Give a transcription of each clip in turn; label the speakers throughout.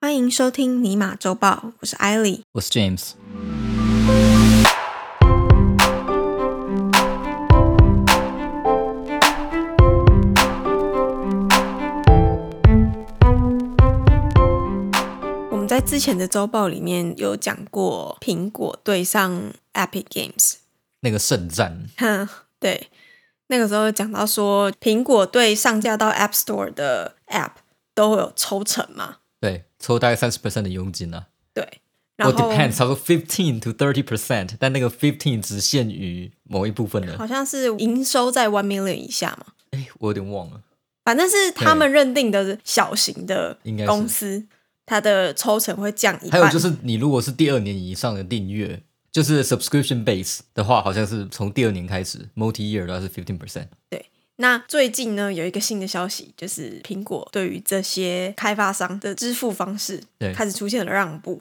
Speaker 1: 欢迎收听尼玛周报，我是艾莉。
Speaker 2: 我是 James。
Speaker 1: 我们在之前的周报里面有讲过苹果对上 Epic Games，
Speaker 2: 那个圣战，
Speaker 1: 哼，对，那个时候讲到说苹果对上架到 App Store 的 App 都会有抽成嘛，
Speaker 2: 对，抽大概三十 percent 的佣金啊。
Speaker 1: 对，然
Speaker 2: 我
Speaker 1: 后
Speaker 2: depends，他说 fifteen to thirty percent，但那个 fifteen 只限于某一部分的，哎
Speaker 1: 好像是营收在 one million 以下嘛，
Speaker 2: 我有点忘了。
Speaker 1: 反正是他们认定的小型的
Speaker 2: 应该是
Speaker 1: 公司，它的抽成会降一
Speaker 2: 还
Speaker 1: 半。
Speaker 2: 有就是，你如果是第二年以上的订阅，就是 subscription base 的话，好像是从第二年开始，multi year 的话是 fifteen percent。
Speaker 1: 对，那最近呢有一个新的消息，就是苹果对于这些开发商的支付方式
Speaker 2: 对
Speaker 1: 开始出现了让步。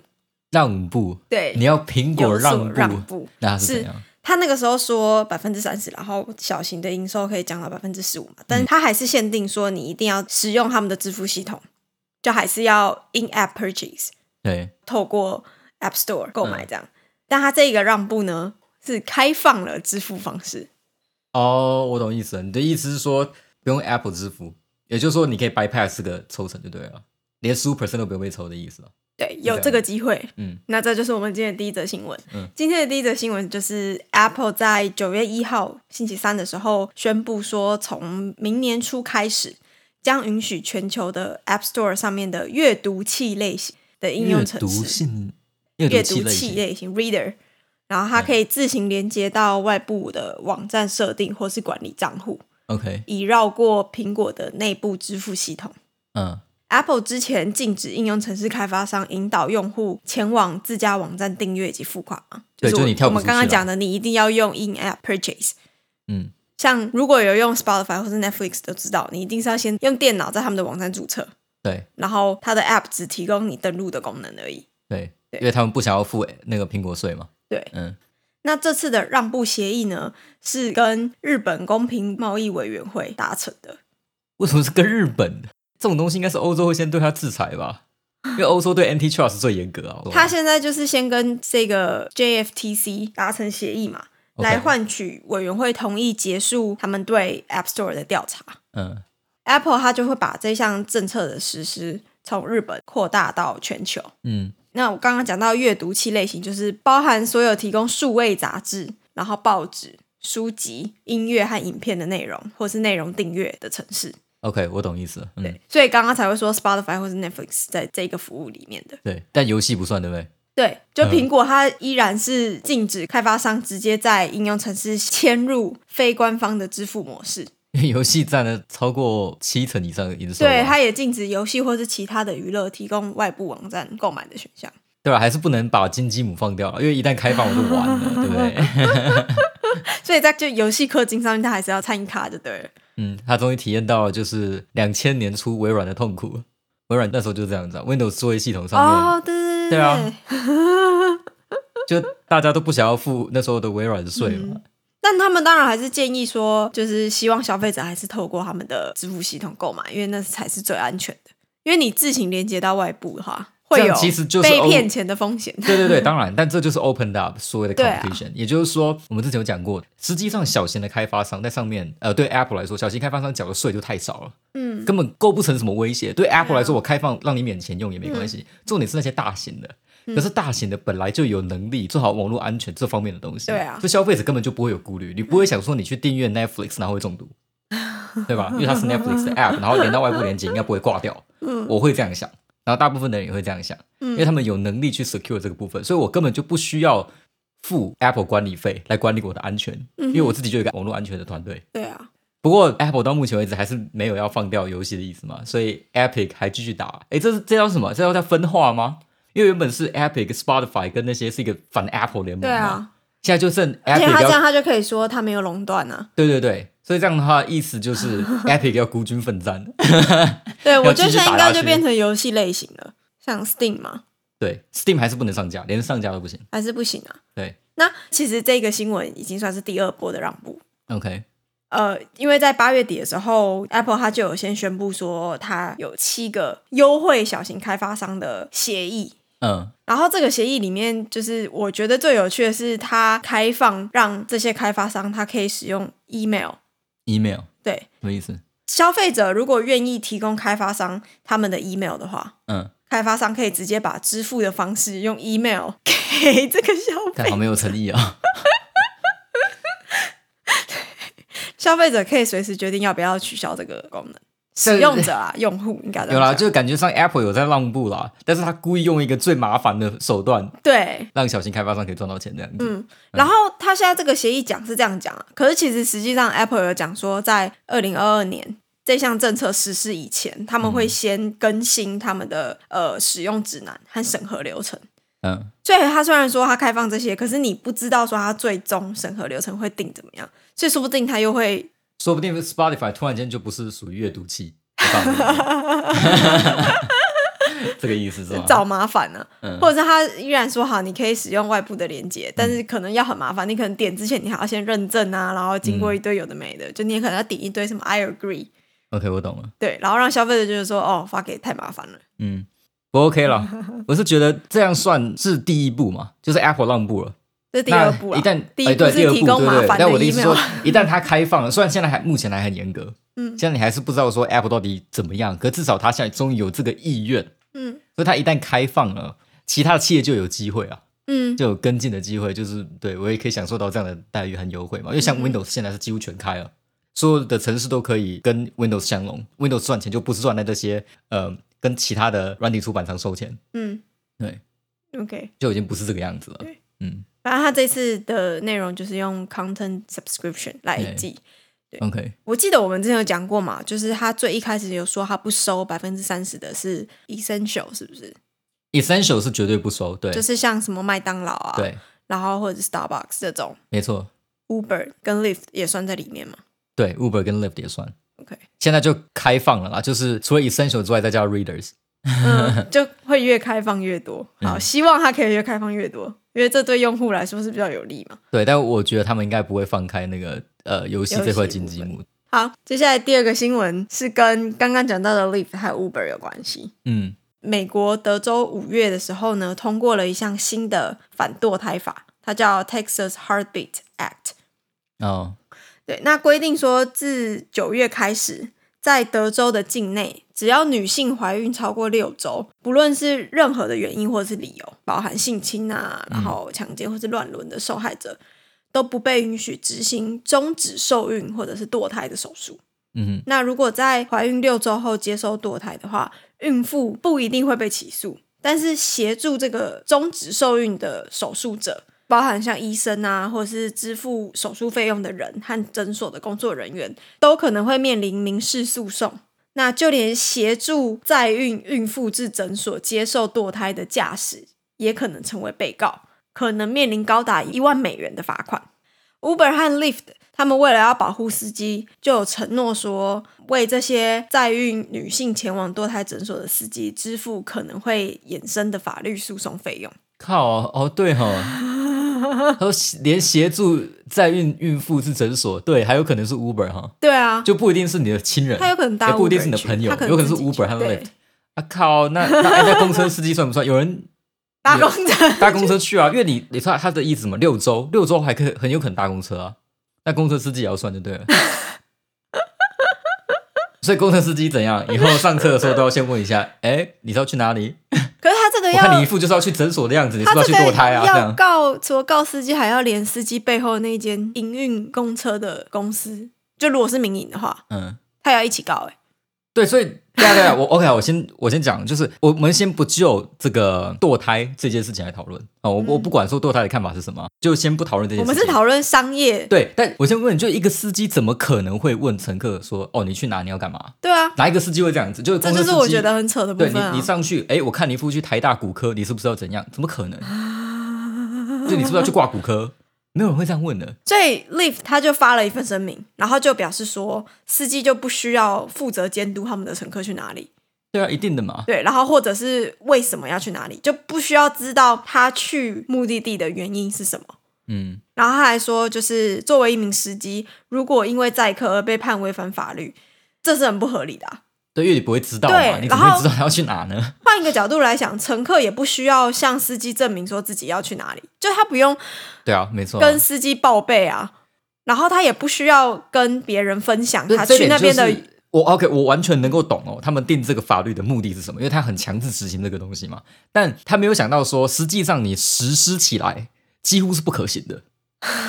Speaker 2: 让步，
Speaker 1: 对
Speaker 2: 你要苹果
Speaker 1: 有所
Speaker 2: 让步，
Speaker 1: 让步
Speaker 2: 那是
Speaker 1: 是
Speaker 2: 怎样？
Speaker 1: 他那个时候说百分之三十，然后小型的营收可以降到百分之十五
Speaker 2: 嗯
Speaker 1: 嘛，但是他还是限定说你一定要使用他们的支付系统，就还是要 in app purchase，
Speaker 2: 对，
Speaker 1: 透过 App Store 购
Speaker 2: 嗯
Speaker 1: 买这样。但他这个让步呢是开放了支付方式，
Speaker 2: 哦，我懂意思了。你的意思是说不用 Apple 支付，也就是说你可以 bypass 这个抽成就对了，连十五 percent 都不用被抽的意思了。
Speaker 1: 对，
Speaker 2: 这
Speaker 1: 有
Speaker 2: 样
Speaker 1: 这个机会。
Speaker 2: 嗯，
Speaker 1: 那这就是我们今天的第一则新闻。
Speaker 2: 嗯
Speaker 1: 今天的第一则新闻就是 Apple 在九月一号星期三的时候宣布说，从明年初开始，将允许全球的 App Store 上面的阅读器类型的应用
Speaker 2: 阅
Speaker 1: 程
Speaker 2: 读
Speaker 1: 式、
Speaker 2: 性阅
Speaker 1: 阅
Speaker 2: 读器类
Speaker 1: 器
Speaker 2: 型，嗯
Speaker 1: 类型 Reader，然后它可以自行连接到外部的网站设定或是管理账户，
Speaker 2: OK，
Speaker 1: 以绕过苹果的内部支付系统。
Speaker 2: 嗯，
Speaker 1: Apple 之前禁止应用程式开发商引导用户前往自家网站订阅以及付款嘛？
Speaker 2: 对
Speaker 1: 是我
Speaker 2: 就你跳
Speaker 1: 我
Speaker 2: 不
Speaker 1: 们
Speaker 2: 出去
Speaker 1: 刚刚
Speaker 2: 了
Speaker 1: 讲的，你一定要用 In App Purchase。
Speaker 2: 嗯，
Speaker 1: 像如果有用 Spotify 或是 Netflix 都知道，你一定是要先用电脑在他们的网站注册，
Speaker 2: 对
Speaker 1: 然后它的 App 只提供你登录的功能而已。
Speaker 2: 对，
Speaker 1: 对
Speaker 2: 因为他们不想要付那个苹果税嘛。
Speaker 1: 对，
Speaker 2: 嗯，
Speaker 1: 那这次的让步协议呢，是跟日本公平贸易委员会达成的。
Speaker 2: 为什么是跟日本？这种东西应该是欧洲会先对他制裁吧？因为欧洲对 antitrust 最严格啊。我懂
Speaker 1: 他现在就是先跟这个 JFTC 达成协议嘛
Speaker 2: OK
Speaker 1: 来换取委员会同意结束他们对 App Store 的调查。
Speaker 2: 嗯
Speaker 1: Apple 它就会把这项政策的实施从日本扩大到全球。
Speaker 2: 嗯
Speaker 1: 那我刚刚讲到阅读器类型，就是包含所有提供数位杂志、然后报纸、书籍、音乐和影片的内容，或是内容订阅的城市。
Speaker 2: ，OK，我懂意思了。嗯，
Speaker 1: 所以刚刚才会说 Spotify 或是 Netflix 在这个服务里面的。
Speaker 2: 对，但游戏不算，对不对？
Speaker 1: 对，就
Speaker 2: 嗯
Speaker 1: 苹果它依然是禁止开发商直接在应用程式嵌入非官方的支付模式，
Speaker 2: 因为游戏占了超过七成以上的营收啊。
Speaker 1: 对，它也禁止游戏或是其他的娱乐提供外部网站购买的选项。
Speaker 2: 对吧？还是不能把金鸡母放掉了，因为一旦开放我就完了，对不 对？
Speaker 1: 所以在就游戏氪金上面，它还是要参卡就对了。
Speaker 2: 嗯，他终于体验到了就是两千年初微软的痛苦。微软那时候就这样子、啊、，Windows 作业系统上面、
Speaker 1: 哦，对对对
Speaker 2: 对啊就大家都不想要付那时候的微软税嘛。
Speaker 1: 嗯但他们当然还是建议说，就是希望消费者还是透过他们的支付系统购买，因为那才是最安全的。因为你自行连接到外部的话，会
Speaker 2: 这
Speaker 1: 有
Speaker 2: 样其实就是
Speaker 1: 被
Speaker 2: 欧
Speaker 1: 骗钱的风险。
Speaker 2: 对对对，当然，但这就是 opened up 所谓的
Speaker 1: 对啊
Speaker 2: competition，、也就是说，我们之前有讲过，实际上小型的开发商在上面，呃，对 Apple 来说，小型开发商缴的税就太少了，
Speaker 1: 嗯，
Speaker 2: 根本构不成什么威胁。对
Speaker 1: 对
Speaker 2: Apple
Speaker 1: 啊嗯
Speaker 2: 来说，我开放让你免钱用也没关系，重点是那些大型的。可是大型的本来就有能力做好网络安全这方面的东西，
Speaker 1: 对啊
Speaker 2: 所以消费者根本就不会有顾虑，你不会想说你去订阅 Netflix 然后会中毒，对吧？因为它是 Netflix 的 app，然后连到外部连接应该不会挂 掉，
Speaker 1: 嗯
Speaker 2: 我会这样想，然后大部分的人也会这样想，因为他们有能力去 secure 这个部分，所以我根本就不需要付 Apple 管理费来管理我的安全，
Speaker 1: 嗯
Speaker 2: 因为我自己就有一个网络安全的团队，
Speaker 1: 对啊，
Speaker 2: 不过 Apple 到目前为止还是没有要放掉游戏的意思嘛，所以 Epic 还继续打。诶，这是这叫什么？这叫在分化吗？因为原本是 Epic、Spotify 跟那些是一个反 Apple 联盟
Speaker 1: 对
Speaker 2: 嘛，
Speaker 1: 啊。
Speaker 2: 现在就剩
Speaker 1: 而且他
Speaker 2: Epic
Speaker 1: 这样，
Speaker 2: 要
Speaker 1: 他就可以说他没有垄断 啊。
Speaker 2: 对对对，所以这样的话意思就是 Epic 要孤军奋战。
Speaker 1: 对，我
Speaker 2: 要
Speaker 1: 觉得
Speaker 2: 继续
Speaker 1: 现在应
Speaker 2: 打
Speaker 1: 该
Speaker 2: 下
Speaker 1: 就
Speaker 2: 去
Speaker 1: 变成游戏类型了，像 Steam 嘛，
Speaker 2: 对，Steam 还是不能上架，连上架都不行。
Speaker 1: 还是不行啊。
Speaker 2: 对
Speaker 1: 那其实这个新闻已经算是第二波的让步。
Speaker 2: ，OK，
Speaker 1: 呃，因为在八月底的时候，Apple 它就有先宣布说，它有七个优惠小型开发商的协议。
Speaker 2: 嗯，
Speaker 1: 然后这个协议里面，就是我觉得最有趣的是，它开放让这些开发商它可以使用 email。
Speaker 2: email
Speaker 1: 对，
Speaker 2: 什么意思？
Speaker 1: 消费者如果愿意提供开发商他们的 email 的话，
Speaker 2: 嗯，
Speaker 1: 开发商可以直接把支付的方式用 email 给这个消
Speaker 2: 看好
Speaker 1: 费
Speaker 2: 没有诚意啊、
Speaker 1: 消费者可以随时决定要不要取消这个功能。
Speaker 2: 这
Speaker 1: 使用者啊，用户应该这
Speaker 2: 有
Speaker 1: 样
Speaker 2: 啦，
Speaker 1: 讲
Speaker 2: 就感觉上 Apple 有在让步啦，但是他故意用一个最麻烦的手段，
Speaker 1: 对，
Speaker 2: 让小型开发商可以赚到钱这样子。
Speaker 1: 嗯，然后他现在这个协议讲是这样讲啊，可是其实实际上 Apple 有讲说，在二零二二年这项政策实施以前，他们
Speaker 2: 嗯
Speaker 1: 会先更新他们的呃使用指南和审核流程。
Speaker 2: 嗯
Speaker 1: 所以他虽然说他开放这些，可是你不知道说他最终审核流程会定怎么样，所以说不定他又会
Speaker 2: 说不定 Spotify 突然间就不是属于阅读器，我告诉你 这个意思是吗？
Speaker 1: 找麻烦呢、啊
Speaker 2: 啊嗯
Speaker 1: 或者是他依然说好，你可以使用外部的连接，但是
Speaker 2: 嗯
Speaker 1: 可能要很麻烦，你可能点之前你还要先认证啊，然后经过一堆有的没
Speaker 2: 嗯
Speaker 1: 的，就你也可能要点一堆什么 I agree，
Speaker 2: OK，我懂了。
Speaker 1: 对，然后让消费者就是说哦，发给太麻烦了，
Speaker 2: 嗯，不 OK 了。我是觉得这样算是第一步嘛，就是 Apple 让步了。
Speaker 1: 这是第
Speaker 2: 那
Speaker 1: 二步了。啊
Speaker 2: 一旦
Speaker 1: 第
Speaker 2: 哎
Speaker 1: 一步
Speaker 2: 对第
Speaker 1: 是
Speaker 2: 二
Speaker 1: 提
Speaker 2: 步
Speaker 1: 供
Speaker 2: 对
Speaker 1: 麻
Speaker 2: 对
Speaker 1: 烦
Speaker 2: 但我的意思
Speaker 1: email，
Speaker 2: 说，一旦它开放了，虽然现在还目前还很严格，
Speaker 1: 嗯
Speaker 2: 现在你还是不知道说 Apple 到底怎么样，可至少它现在终于有这个意愿，
Speaker 1: 嗯
Speaker 2: 所以它一旦开放了，其他的企业就有机会啊。
Speaker 1: 嗯，
Speaker 2: 就有跟进的机会，就是对我也可以享受到这样的待遇，很优惠嘛。因为
Speaker 1: 嗯
Speaker 2: 像 Windows 现在是几乎全开了，所有的城市都可以跟 Windows 相容。Windows 赚钱就不是赚在这些呃跟其他的软体出版商收钱，
Speaker 1: 嗯
Speaker 2: 对，
Speaker 1: ，OK。
Speaker 2: 就已经不是这个样子了
Speaker 1: 对。
Speaker 2: 嗯
Speaker 1: 反正他这次的内容就是用 content subscription 来
Speaker 2: 对
Speaker 1: 记，
Speaker 2: ，OK，
Speaker 1: 我记得我们之前有讲过嘛，就是他最一开始有说他不收百分之三十的是 essential，是不是？
Speaker 2: Essential 是绝对不收，对，
Speaker 1: 就是像什么麦当劳啊，，
Speaker 2: 对，
Speaker 1: 然后或者是 Starbucks 这种
Speaker 2: 没错，
Speaker 1: ，Uber 跟 Lyft 也算在里面 嘛。
Speaker 2: 对，Uber 跟 Lyft 也算。
Speaker 1: OK，
Speaker 2: 现在就开放了啦，就是除了 Essential 之外，再加 Readers。
Speaker 1: 嗯，就会越开放越多。好，
Speaker 2: 嗯
Speaker 1: 希望它可以越开放越多，因为这对用户来说是比较有利嘛。
Speaker 2: 对，但我觉得他们应该不会放开那个呃游戏
Speaker 1: 游戏
Speaker 2: 这块经济
Speaker 1: 部
Speaker 2: 幕。
Speaker 1: 好，接下来第二个新闻是跟刚刚讲到的 Lyft 还有 Uber 有关系。
Speaker 2: 嗯
Speaker 1: 美国德州五月的时候呢，通过了一项新的反堕胎法，它叫 Texas Heartbeat Act。
Speaker 2: 哦，
Speaker 1: 对，那规定说，自九月开始，在德州的境内，只要女性怀孕超过六周，不论是任何的原因或是理由，包含性侵啊，然后强奸或是乱伦的受害者，都不被允许执行终止受孕或者是堕胎的手术。
Speaker 2: 嗯
Speaker 1: 那如果在怀孕六周后接受堕胎的话，孕妇不一定会被起诉，但是协助这个终止受孕的手术者，包含像医生啊，或者是支付手术费用的人和诊所的工作人员，都可能会面临民事诉讼。那就连协助在孕孕妇至诊所接受堕胎的驾驶，也可能成为被告，可能面临高达一万美元的罚款。Uber 和 Lyft 他们为了要保护司机，就有承诺说为这些在孕女性前往堕胎诊所的司机支付可能会衍生的法律诉讼费用。
Speaker 2: 靠哦，哦 对哈、他说连协助在孕孕妇至诊所，对，还有可能是 Uber 哈、
Speaker 1: 对啊，
Speaker 2: 就不一定是你的亲人，
Speaker 1: 他有可能搭
Speaker 2: 也不一定
Speaker 1: Uber
Speaker 2: 是你的
Speaker 1: 去
Speaker 2: 朋友，
Speaker 1: 他可能
Speaker 2: 有可能是
Speaker 1: 自己去
Speaker 2: Uber 和
Speaker 1: 对
Speaker 2: Lyft。啊靠，那那哎那公车司机算不算？有人
Speaker 1: 搭公车
Speaker 2: 搭公车去啊？因为你你看他的意思嘛，六周六周还可以很有可能搭公车啊，那公车司机也要算就对了。 所以公车司机怎样？以后上车的时候都要先问一下，哎，你是要去哪里？
Speaker 1: 可是他这个
Speaker 2: 我看你
Speaker 1: 哎要
Speaker 2: 一。副就是要去诊所的样子，你是
Speaker 1: 他
Speaker 2: 不是要
Speaker 1: 这
Speaker 2: 去
Speaker 1: 个
Speaker 2: 堕胎啊？这
Speaker 1: 要
Speaker 2: 样
Speaker 1: 告，除了告司机，还要连司机背后那间营运公车的公司，就如果是民营的话，
Speaker 2: 嗯。
Speaker 1: 他也要一起告、欸。
Speaker 2: 对，所以对啊对啊，我 OK，啊我先我先讲，就是我我们先不就这个堕胎这件事情来讨论哦，我、我不管说堕胎的看法是什么，就先不讨论这
Speaker 1: 嗯
Speaker 2: 件
Speaker 1: 我
Speaker 2: 事情。
Speaker 1: 们是讨论商业，
Speaker 2: 对，但我先问，就一个司机怎么可能会问乘客说哦你去哪你要干嘛？
Speaker 1: 对啊，
Speaker 2: 哪一个司机会这样子？就是
Speaker 1: 这
Speaker 2: 公车
Speaker 1: 就是
Speaker 2: 司
Speaker 1: 我
Speaker 2: 机
Speaker 1: 觉得很扯的部
Speaker 2: 对
Speaker 1: 分
Speaker 2: 你
Speaker 1: 啊。
Speaker 2: 你上去，哎，我看你一副去台大骨科，你是不是要怎样？怎么可能？就你是不是要去挂骨科？没有人会这样问的。
Speaker 1: 所以 Lyft 他就发了一份声明，然后就表示说，司机就不需要负责监督他们的乘客去哪里，
Speaker 2: 对啊，一定的嘛。
Speaker 1: 对，然后或者是为什么要去哪里，就不需要知道他去目的地的原因是什么。
Speaker 2: 嗯，
Speaker 1: 然后他还说，就是作为一名司机，如果因为载客而被判违反法律，这是很不合理的啊、
Speaker 2: 对，因为你不会知道
Speaker 1: 对
Speaker 2: 嘛，你怎
Speaker 1: 然
Speaker 2: 么
Speaker 1: 后
Speaker 2: 会知道他要去哪呢？
Speaker 1: 换一个角度来想，乘客也不需要向司机证明说自己要去哪里，就他不用
Speaker 2: 对啊，没错啊、
Speaker 1: 跟司机报备啊，然后他也不需要跟别人分享
Speaker 2: 对
Speaker 1: 他
Speaker 2: 这
Speaker 1: 去
Speaker 2: 点
Speaker 1: 那边的。
Speaker 2: 就是我 OK，我完全能够懂哦，他们定这个法律的目的是什么？因为他很强制执行这个东西嘛，但他没有想到说，实际上你实施起来几乎是不可行的。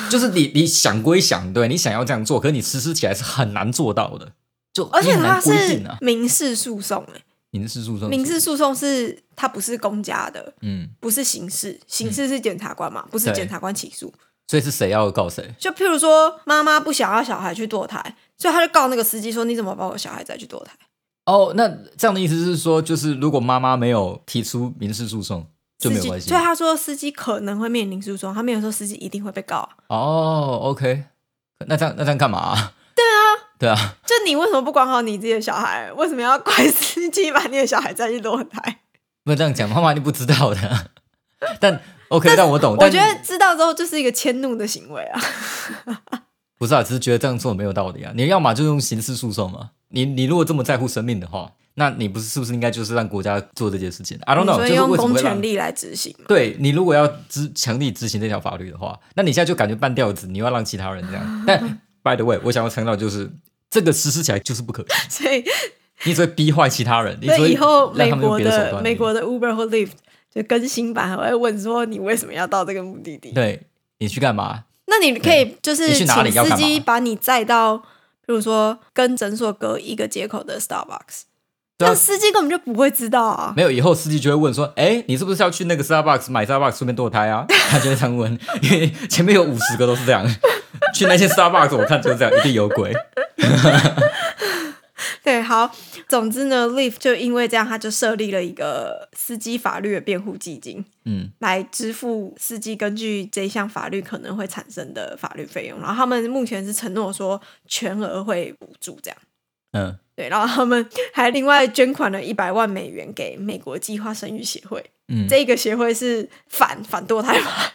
Speaker 2: 就是你你想归想，对你想要这样做，可是你实施起来是很难做到的。就
Speaker 1: 而且
Speaker 2: 你很
Speaker 1: 他
Speaker 2: 难规
Speaker 1: 是
Speaker 2: 定啊，嗯
Speaker 1: 民事诉讼、欸，
Speaker 2: 民事诉讼，
Speaker 1: 民事，诉讼是它不是公家的，
Speaker 2: 嗯，
Speaker 1: 不是刑事，刑事是检察官嘛，不是
Speaker 2: 对
Speaker 1: 检察官起诉。
Speaker 2: 所以是谁要告谁？
Speaker 1: 就譬如说，妈妈不想要小孩去堕胎，所以他就告那个司机说：“你怎么把我小孩再去堕胎
Speaker 2: 哦，那这样的意思是说，就是如果妈妈没有提出民事诉讼，？”就没有
Speaker 1: 司机啊
Speaker 2: 关系
Speaker 1: 所。以他说司机可能会面临诉讼，他没有说司机一定会被告啊。
Speaker 2: 哦，OK，那这样那这样干嘛啊、对啊，对啊，
Speaker 1: 就你为什么不管好你自己的小孩？为什么要怪 司机把你的小孩再去堕胎？
Speaker 2: 不能这样讲，妈妈一定不知道的。 但 OK，但我懂，
Speaker 1: 我
Speaker 2: 哦但
Speaker 1: 觉得知道之后就是一个迁怒的行为啊。
Speaker 2: 不是啊，只是觉得这样做没有道理啊。你要么就用刑事诉讼嘛，你你如果这么在乎生命的话，那你不是是不是应该就是让国家做这件事情？I don't know，
Speaker 1: 所
Speaker 2: 就是
Speaker 1: 以用
Speaker 2: 为什么
Speaker 1: 公
Speaker 2: 会
Speaker 1: 权
Speaker 2: 让
Speaker 1: 力来执行嘛。
Speaker 2: 对你如果要执强力执行这条法律的话，那你现在就感觉半吊子，你又要让其他人这 样。但 by the way，我想要强调就是。这个实施起来就是不可行，
Speaker 1: 所以，
Speaker 2: 你只会逼坏其他人，你只
Speaker 1: 所
Speaker 2: 会
Speaker 1: 以以后
Speaker 2: 让
Speaker 1: 美
Speaker 2: 他们用
Speaker 1: 国
Speaker 2: 别手
Speaker 1: 的
Speaker 2: 段。
Speaker 1: 美
Speaker 2: 对
Speaker 1: 国的 Uber 或 Lyft 就更新版还会问说你为什么要到这个目的地？
Speaker 2: 对你去干嘛？
Speaker 1: 那你可以就是
Speaker 2: 你去
Speaker 1: 请
Speaker 2: 哪里要干
Speaker 1: 司
Speaker 2: 嘛
Speaker 1: 机把你载到，比如说跟诊所隔一个街口的 Starbucks，
Speaker 2: 对啊
Speaker 1: 但司机根本就不会知道啊。
Speaker 2: 没有，以后司机就会问说：“哎，你是不是要去那个 Starbucks 买 Starbucks 顺便堕胎啊？” 他就会这样问，因为前面有五十个都是这样。去那些 Starbucks，我看就是这样，一定有鬼。
Speaker 1: 对，好，总之呢，Leaf 就因为这样，他就设立了一个司机法律的辩护基金，
Speaker 2: 嗯，
Speaker 1: 来支付司机根据这项法律可能会产生的法律费用。然后他们目前是承诺说全额会补助这样。
Speaker 2: 嗯，
Speaker 1: 对，然后他们 还另外捐款了一百万美元给美国计划生育协会。
Speaker 2: 嗯
Speaker 1: 这个协会是反反堕胎法，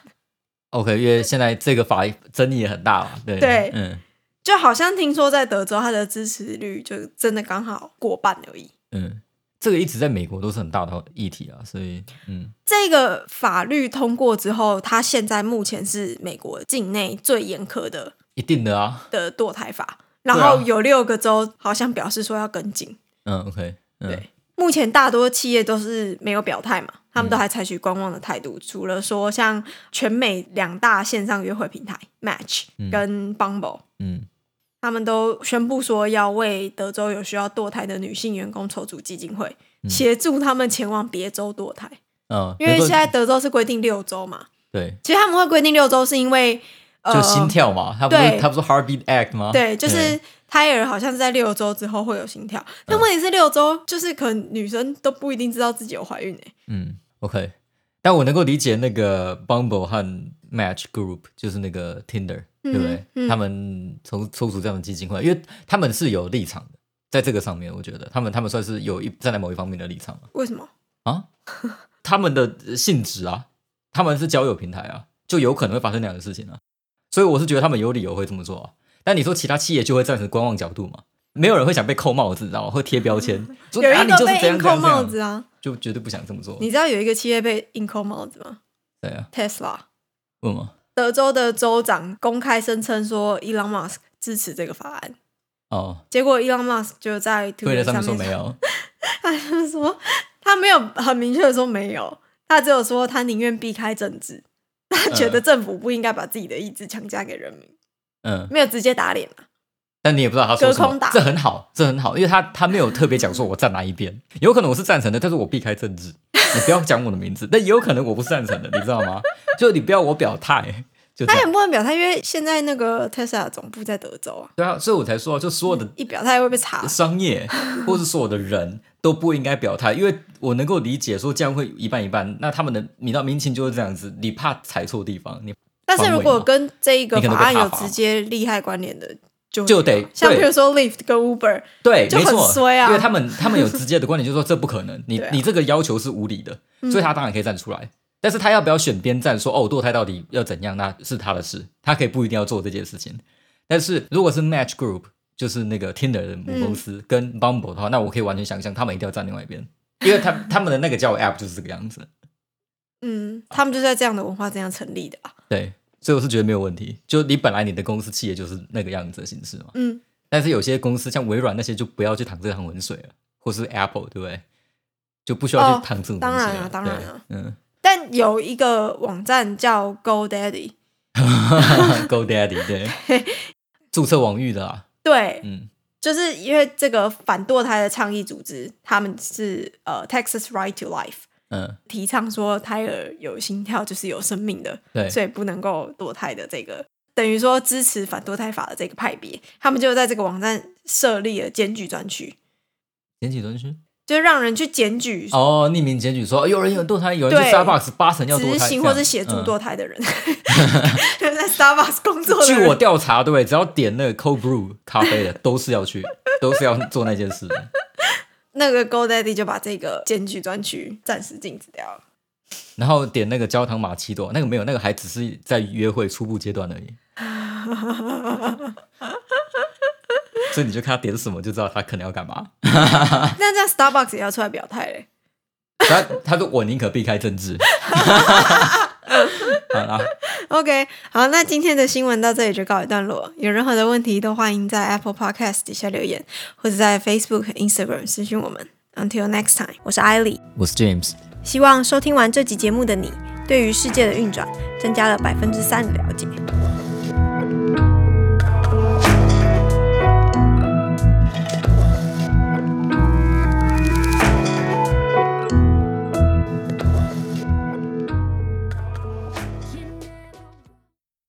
Speaker 2: OK，因为现在这个法争议也很大嘛，对
Speaker 1: 对
Speaker 2: 嗯
Speaker 1: 就好像听说在德州，它的支持率就真的刚好过半而已。
Speaker 2: 嗯，这个一直在美国都是很大的议题啊，所以嗯
Speaker 1: 这个法律通过之后，它现在目前是美国境内最严苛的
Speaker 2: 一定的啊，
Speaker 1: 的堕胎法，然
Speaker 2: 对啊
Speaker 1: 后有六个州好像表示说要跟进。
Speaker 2: 嗯 OK，嗯
Speaker 1: 对目前大多企业都是没有表态嘛，他们都还采取观望的态度。除了说像全美两大线上约会平台 Match
Speaker 2: 嗯
Speaker 1: 跟 Bumble，、
Speaker 2: 嗯
Speaker 1: 他们都宣布说要为德州有需要堕胎的女性员工筹组基金会，协助他们前往别州堕胎。
Speaker 2: 嗯，
Speaker 1: 因为
Speaker 2: 能够
Speaker 1: 现在德州是规定六周嘛，
Speaker 2: 对
Speaker 1: 其实他们会规定六周是因为呃
Speaker 2: 就心跳嘛，他不是
Speaker 1: 对
Speaker 2: 他不是 Heartbeat Act 吗？
Speaker 1: 对，就
Speaker 2: 对
Speaker 1: 是胎儿好像是在六周之后会有心跳，但
Speaker 2: 嗯
Speaker 1: 问题是六周就是可能女生都不一定知道自己有怀孕哎、
Speaker 2: 嗯，OK，但我能够理解那个 Bumble 和 Match Group，就是那个 Tinder，、对不对？
Speaker 1: 嗯
Speaker 2: 他们从抽出这样的基金会，因为他们是有立场的，在这个上面，我觉得他们他们算是有一站在某一方面的立场了
Speaker 1: 为什么？
Speaker 2: 啊。他们的呃性质啊，他们是交友平台啊，就有可能会发生那样的事情啊。所以我是觉得他们有理由会这么做啊。但你说其他企业就会站成观望角度嘛？没有人会想被扣帽子，你知道吗？会贴标签，说
Speaker 1: 有
Speaker 2: 啊
Speaker 1: 一
Speaker 2: 你
Speaker 1: 个
Speaker 2: 就是
Speaker 1: 被
Speaker 2: 怎样
Speaker 1: 硬
Speaker 2: 怎
Speaker 1: 扣
Speaker 2: 样怎
Speaker 1: 帽
Speaker 2: 样，
Speaker 1: 子啊！
Speaker 2: 就绝对不想这么做。
Speaker 1: 你知道有一个企业被硬扣帽子吗
Speaker 2: 对啊，
Speaker 1: ？Tesla，
Speaker 2: 问吗？
Speaker 1: 德州的州长公开声称说 Elon Musk 支持这个法案，
Speaker 2: 哦，
Speaker 1: 结果 Elon Musk 就在
Speaker 2: 推
Speaker 1: Twitter
Speaker 2: 特上面
Speaker 1: 面
Speaker 2: 说没，有，
Speaker 1: 他就说他没有很明确的说没有，他只有说他宁愿避开政治，他觉得政府不应该把自己的意志强加给人民，
Speaker 2: 嗯，
Speaker 1: 没有直接打脸啊。
Speaker 2: 但你也不知道他说什
Speaker 1: 隔空
Speaker 2: 么
Speaker 1: 打，
Speaker 2: 这很好，这很好，因为他他没有特别讲说我站哪一边，有可能我是赞成的，但是我避开政治，你不要讲我的名字，但也有可能我不是赞成的，你知道吗？ 就你不要我表态，就这
Speaker 1: 他也
Speaker 2: 样，
Speaker 1: 不能表态，因为现在那个 Tesla 总部在德州啊，
Speaker 2: 对啊，所以我才说，就所有的
Speaker 1: 一表态会被查。
Speaker 2: 商业或是所有的人都不应该表态，因为我能够理解说这样会一半一半，那他们的你到民情就是这样子，你怕踩错地方，你
Speaker 1: 但是如果跟这一个
Speaker 2: 你
Speaker 1: 法
Speaker 2: 可能被
Speaker 1: 案有
Speaker 2: 踏伐
Speaker 1: 直接利害关联的，就
Speaker 2: 就得
Speaker 1: 像
Speaker 2: 对
Speaker 1: 比如说 Lyft 跟 Uber，
Speaker 2: 对，
Speaker 1: 就
Speaker 2: 没
Speaker 1: 很
Speaker 2: 错，
Speaker 1: 衰啊
Speaker 2: 因为他们他们有直接的观点，就是说这不可能，你、
Speaker 1: 对啊嗯
Speaker 2: 你这个要求是无理的，所以他当然可以站出来。但是他要不要选边站说哦堕胎到底要怎样，那是他的事，他可以不一定要做这件事情。但是如果是 Match Group，就是那个 Tinder 的母公
Speaker 1: 嗯
Speaker 2: 司、跟 Bumble 的话，那我可以完全想象他们一定要站另外一边，因为他他们的那个交友 App 就是这个样子。
Speaker 1: 嗯，他们就在这样的文化这样成立的啊吧？
Speaker 2: 对，所以我是觉得没有问题。就你本来你的公司企业就是那个样子的形式嘛，
Speaker 1: 嗯，
Speaker 2: 但是有些公司像微软那些就不要去淌这趟浑水了，或是 Apple 对不对？就不需要
Speaker 1: 哦
Speaker 2: 去淌这种东
Speaker 1: 当
Speaker 2: 西
Speaker 1: 然
Speaker 2: 了
Speaker 1: 啊当然
Speaker 2: 对
Speaker 1: 啊
Speaker 2: 嗯
Speaker 1: 但有一个网站叫 GoDaddy，
Speaker 2: ，GoDaddy 嗯对， 注册网域的啦，
Speaker 1: 对，
Speaker 2: 嗯
Speaker 1: 就是因为这个反堕胎的倡议组织，他们是呃 Texas Right to Life，
Speaker 2: 嗯，
Speaker 1: 提倡说胎儿有心跳就是有生命的，
Speaker 2: 对，
Speaker 1: 所以不能够堕胎的这个，等于说支持反堕胎法的这个派别，他们就在这个网站设立了检举专区，
Speaker 2: 检举专区
Speaker 1: 就是让人去检举
Speaker 2: 哦，匿名检举说有人有堕胎，有人去
Speaker 1: 对
Speaker 2: Starbucks 八成要堕
Speaker 1: 执
Speaker 2: 胎，
Speaker 1: 行
Speaker 2: 这
Speaker 1: 或
Speaker 2: 样
Speaker 1: 是协助
Speaker 2: 嗯
Speaker 1: 堕胎的人，就是在 Starbucks 工作的
Speaker 2: 据我
Speaker 1: 人，
Speaker 2: 调查，对，只要点那个 cold brew 咖啡的，都是要去，都是要做那件事的。
Speaker 1: 那个 GoDaddy 就把这个检举专区暂时禁止掉了。
Speaker 2: 然后点那个焦糖玛奇朵，那个没有，那个还只是在约会初步阶段而已。所以你就看他点什么，就知道他可能要干嘛。
Speaker 1: 那这样 Starbucks 也要出来表态嘞？
Speaker 2: 他他说我宁可避开政治。好啦，
Speaker 1: OK，好，那今天的新闻到这里就告一段落了。有任何的问题都欢迎在 Apple Podcast 底下留言，或者在 Facebook、Instagram 私讯我们。Until next time，我是艾莉。
Speaker 2: 我是 James，
Speaker 1: 希望收听完这集节目的你，对于世界的运转增加了百分之三的了解。